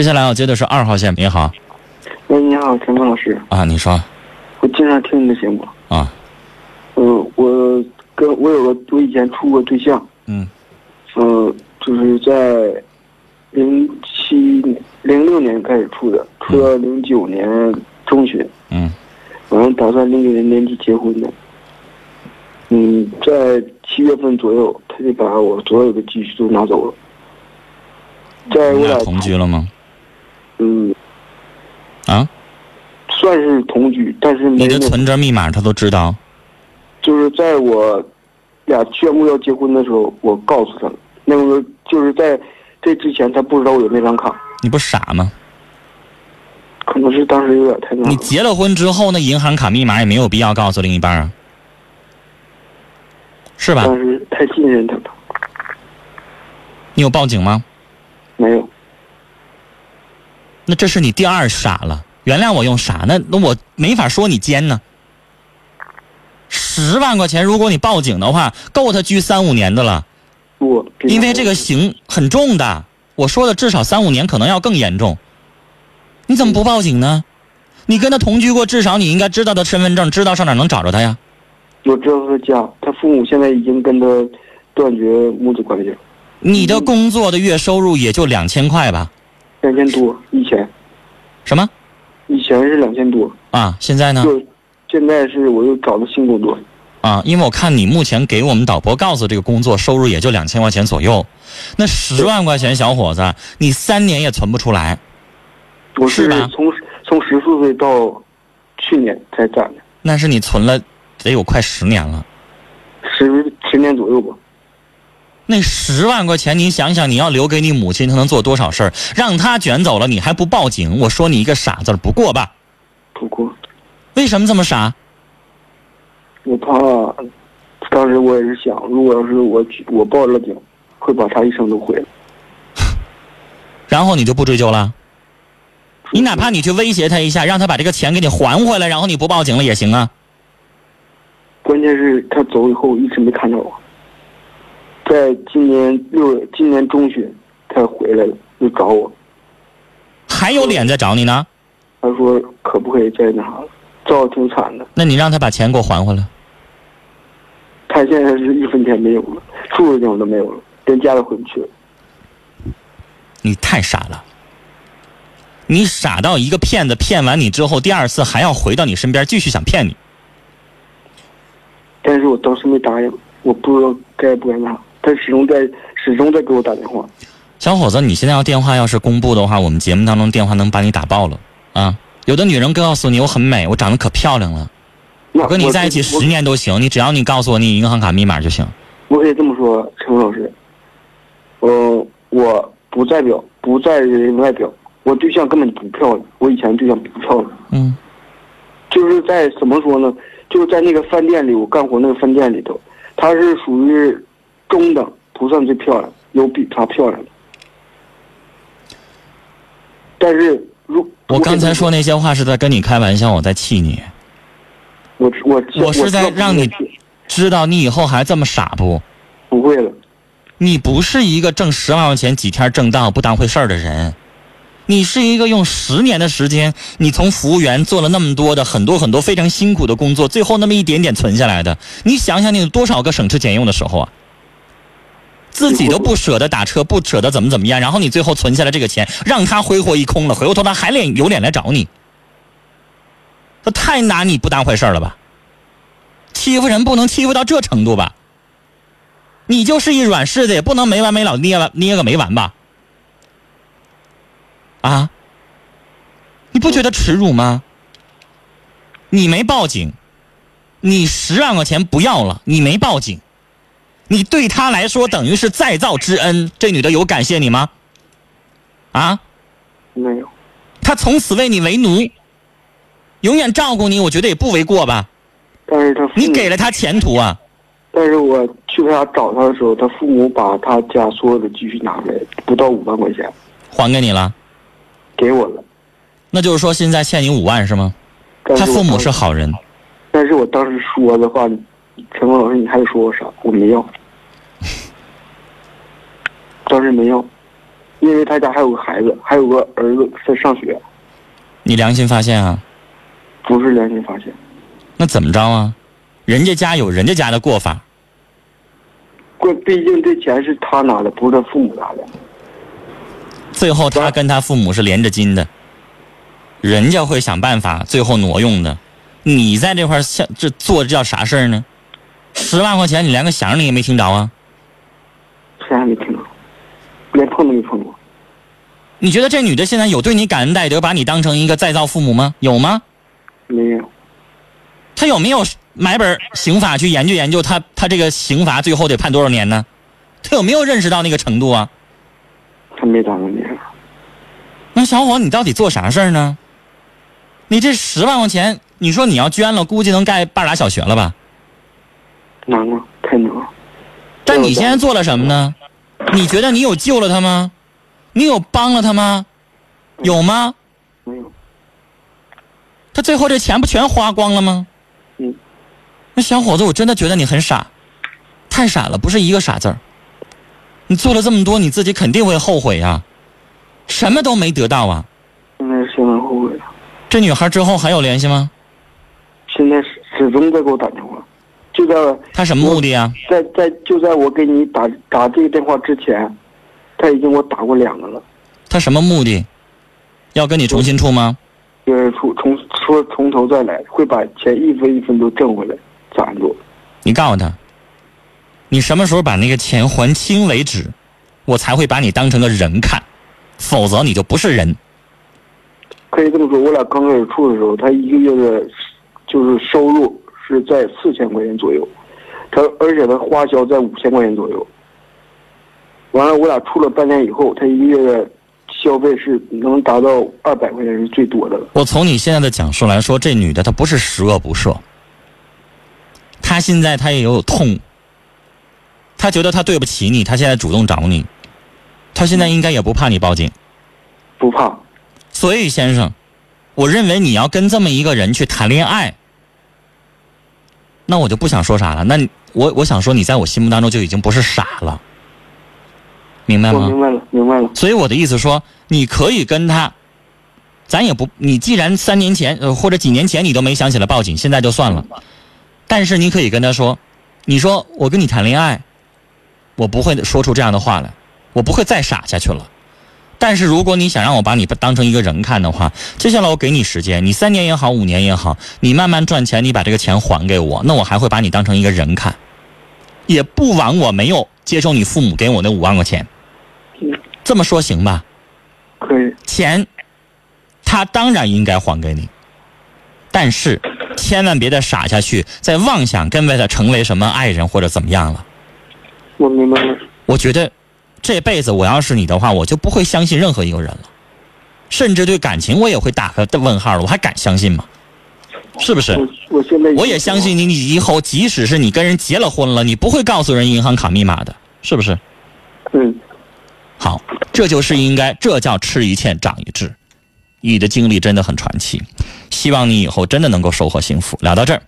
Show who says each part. Speaker 1: 接下来要接的是二号线，你好
Speaker 2: 喂，你好，陈峰老师，
Speaker 1: 啊，你说
Speaker 2: 我经常听你的节目。
Speaker 1: 啊，
Speaker 2: 呃，我跟我有个我以前处过对象，
Speaker 1: 嗯
Speaker 2: 呃，就是在零七零六年开始处的，处到零九年中旬，
Speaker 1: 嗯
Speaker 2: 然后打算零九年年底结婚的。嗯，在七月份左右，他就把我所有的积蓄都拿走了。在
Speaker 1: 你
Speaker 2: 我
Speaker 1: 俩
Speaker 2: 俩
Speaker 1: 同居了吗？
Speaker 2: 嗯，
Speaker 1: 啊，
Speaker 2: 算是同居，但是没
Speaker 1: 你的
Speaker 2: 那
Speaker 1: 存折密码他都知道，
Speaker 2: 就是在我俩宣布要结婚的时候，我告诉他了。那个时候就是在这之前，他不知道我有那张卡，
Speaker 1: 你不傻吗？
Speaker 2: 可能是当时有点太那
Speaker 1: 你
Speaker 2: 啥。
Speaker 1: 结了婚之后，那银行卡密码也没有必要告诉另一半啊，是吧？
Speaker 2: 当时太信任他了，
Speaker 1: 你有报警吗？
Speaker 2: 没有。
Speaker 1: 那这是你第二傻了，原谅我用傻，那那我没法说你奸呢。十万块钱，如果你报警的话，够他拘三五年的了，
Speaker 2: 我
Speaker 1: 因为这个刑很重的。我说的至少三五年，可能要更严重。你怎么不报警呢？你跟他同居过，至少你应该知道他身份证，知道上哪能找着他呀。
Speaker 2: 我知道他的家，他父母现在已经跟他断绝母子关系了，
Speaker 1: 你的工作的月收入也就两千块吧？
Speaker 2: 两千多以前，
Speaker 1: 什么
Speaker 2: 以前是两千多，
Speaker 1: 啊？现在呢？
Speaker 2: 就现在是我又找了新工作，
Speaker 1: 啊，因为我看你目前给我们导播告诉这个工作收入也就两千块钱左右，那十万块钱小伙子，你三年也存不出来，
Speaker 2: 我是
Speaker 1: 是吧
Speaker 2: 从从十四岁到去年才攒的，
Speaker 1: 那是你存了得有快十年了。
Speaker 2: 十十年左右吧。
Speaker 1: 那十万块钱，你想想，你要留给你母亲，她能做多少事儿？让她卷走了，你还不报警？我说你一个傻子儿，不过吧？
Speaker 2: 不过
Speaker 1: 为什么这么傻？
Speaker 2: 我怕，当时我也是想，如果要是我去我报了警，会把他一生都毁了。
Speaker 1: 然后你就不追究了？你哪怕你去威胁她一下，让她把这个钱给你还回来，然后你不报警了也行啊？
Speaker 2: 关键是他走以后一直没看到我，在今年六月，今年中旬他回来了，又找我，
Speaker 1: 还有脸再找你呢？
Speaker 2: 他说可不可以再那啥了，造挺惨的，
Speaker 1: 那你让她把钱给我还回来。
Speaker 2: 他现在是一分钱没有了，住的地方都没有了，连家都回不去了。
Speaker 1: 你太傻了，你傻到一个骗子骗完你之后，第二次还要回到你身边继续想骗你。
Speaker 2: 但是我当时没答应，我不知道该不该那啥，他始终在始终在给我打电话，
Speaker 1: 小伙子，你现在要电话要是公布的话，我们节目当中电话能把你打爆了啊！有的女人告诉你我很美，我长得可漂亮了，
Speaker 2: 那
Speaker 1: 我跟你在一起十年都行，你只要你告诉我你银行卡密码就行。
Speaker 2: 我可以这么说，陈峰老师，呃，我不代表不在人外表，我对象根本不漂亮，我以前对象不漂亮，
Speaker 1: 嗯
Speaker 2: 就是在怎么说呢，就是在那个饭店里，我干活那个饭店里头，她是属于中等，不算最漂亮，有比她漂亮的，但是如
Speaker 1: 我刚才说那些话是在跟你开玩笑，我在气你，
Speaker 2: 我我
Speaker 1: 我是在
Speaker 2: 知道
Speaker 1: 让你
Speaker 2: 不会
Speaker 1: 知道你以后还这么傻不？
Speaker 2: 不会了，
Speaker 1: 你不是一个挣十万块钱几天挣到不当回事儿的人，你是一个用十年的时间，你从服务员做了那么多的很多很多非常辛苦的工作，最后那么一点点存下来的。你想想，你有多少个省吃俭用的时候啊？自己都不舍得打车，不舍得怎么怎么样，然后你最后存下来这个钱，让他挥霍一空了，回过头他还脸有脸来找你，他太拿你不当回事儿了吧？欺负人不能欺负到这程度吧？你就是一软柿子，也不能没完没了捏完捏个没完吧？啊，你不觉得耻辱吗？你没报警，你十万块钱不要了，你没报警，你对他来说等于是再造之恩。这女的有感谢你吗？啊，
Speaker 2: 没有，
Speaker 1: 她从此为你为奴，永远照顾你，我觉得也不为过吧？
Speaker 2: 但是他父母
Speaker 1: 你给了她前途啊！
Speaker 2: 但是我去他家找他的时候，他父母把他家所有的积蓄拿出来，不到五万块钱
Speaker 1: 还给你了，
Speaker 2: 给我了。
Speaker 1: 那就是说现在欠你五万是吗？
Speaker 2: 但是
Speaker 1: 她
Speaker 2: 我
Speaker 1: 父母
Speaker 2: 当
Speaker 1: 是，好人。
Speaker 2: 但是我当时说的话，陈峰老师，你还说我啥？我没要，当时没要。因为他家还有个孩子，还有个儿子在上学，
Speaker 1: 你良心发现啊？
Speaker 2: 不是良心发现。
Speaker 1: 那怎么着啊？人家家有人家家的过法，
Speaker 2: 过，毕竟这钱是他拿的，不是他父母拿的。
Speaker 1: 最后他跟他父母是连着筋的，人家会想办法最后挪用的。你在这块儿像这做这叫啥事儿呢？十万块钱你连个响儿你也没听着啊？
Speaker 2: 啥也没听到，连碰都没碰过。
Speaker 1: 你觉得这女的现在有对你感恩戴德，把你当成一个再造父母吗？有吗？
Speaker 2: 没有，
Speaker 1: 她有没有买本刑法去研究研究她她这个刑罚最后得判多少年呢？她有没有认识到那个程度啊？
Speaker 2: 他没当过面。
Speaker 1: 那小伙，你到底做啥事儿呢？你这十万块钱，你说你要捐了，估计能盖半拉小学了吧？
Speaker 2: 难啊，太难了。
Speaker 1: 但你现在做了什么呢？你觉得你有救了他吗？你有帮了他吗？有吗？
Speaker 2: 没有，
Speaker 1: 他最后这钱不全花光了吗？
Speaker 2: 嗯，
Speaker 1: 那小伙子，我真的觉得你很傻，太傻了，不是一个傻字儿。你做了这么多，你自己肯定会后悔啊，什么都没得到啊。
Speaker 2: 现在是相当后悔了。
Speaker 1: 这女孩之后还有联系吗？
Speaker 2: 现在始始终在给我打电话，就在
Speaker 1: 她什么目的啊？
Speaker 2: 在在就在我给你打打这个电话之前，他已经给我打过两个了，
Speaker 1: 她什么目的？要跟你重新处吗？
Speaker 2: 就是从从说从头再来，会把钱一分一分都挣回来，攒住。
Speaker 1: 你告诉他，你什么时候把那个钱还清为止，我才会把你当成个人看，否则你就不是人。
Speaker 2: 可以这么说，我俩刚开始处的时候，他一个月的，就是收入是在四千块钱左右，他而且他花销在五千块钱左右。完了，我俩处了半年以后，他一个月的消费是能达到二百块钱是最多的了。
Speaker 1: 我从你现在的讲述来说，这女的她不是十恶不赦，她现在她也有痛，她觉得她对不起你，她现在主动找你，她现在应该也不怕你报警。
Speaker 2: 不怕，
Speaker 1: 所以，先生，我认为你要跟这么一个人去谈恋爱，那我就不想说啥了。那你我我想说，你在我心目当中就已经不是傻了，明白
Speaker 2: 我
Speaker 1: 吗？
Speaker 2: 明白了，明白了，
Speaker 1: 所以我的意思说，你可以跟他，咱也不，你既然三年前呃或者几年前你都没想起来报警，现在就算了。但是你可以跟他说，你说我跟你谈恋爱，我不会说出这样的话来，我不会再傻下去了。但是如果你想让我把你当成一个人看的话，接下来我给你时间，你三年也好，五年也好，你慢慢赚钱，你把这个钱还给我，那我还会把你当成一个人看，也不枉我没有接受你父母给我那五万块钱。这么说行吧？
Speaker 2: 可以，
Speaker 1: 钱，他当然应该还给你，但是千万别再傻下去，再妄想跟为他成为什么爱人或者怎么样了。
Speaker 2: 我明白了，
Speaker 1: 我觉得这辈子我要是你的话，我就不会相信任何一个人了，甚至对感情我也会打个问号了。我还敢相信吗？是不是？
Speaker 2: 我我现在已经
Speaker 1: 我也相信你，你以后即使是你跟人结了婚了，你不会告诉人银行卡密码的，是不是？
Speaker 2: 嗯，
Speaker 1: 好，这就是应该，这叫吃一堑长一智。你的经历真的很传奇，希望你以后真的能够收获幸福。聊到这儿。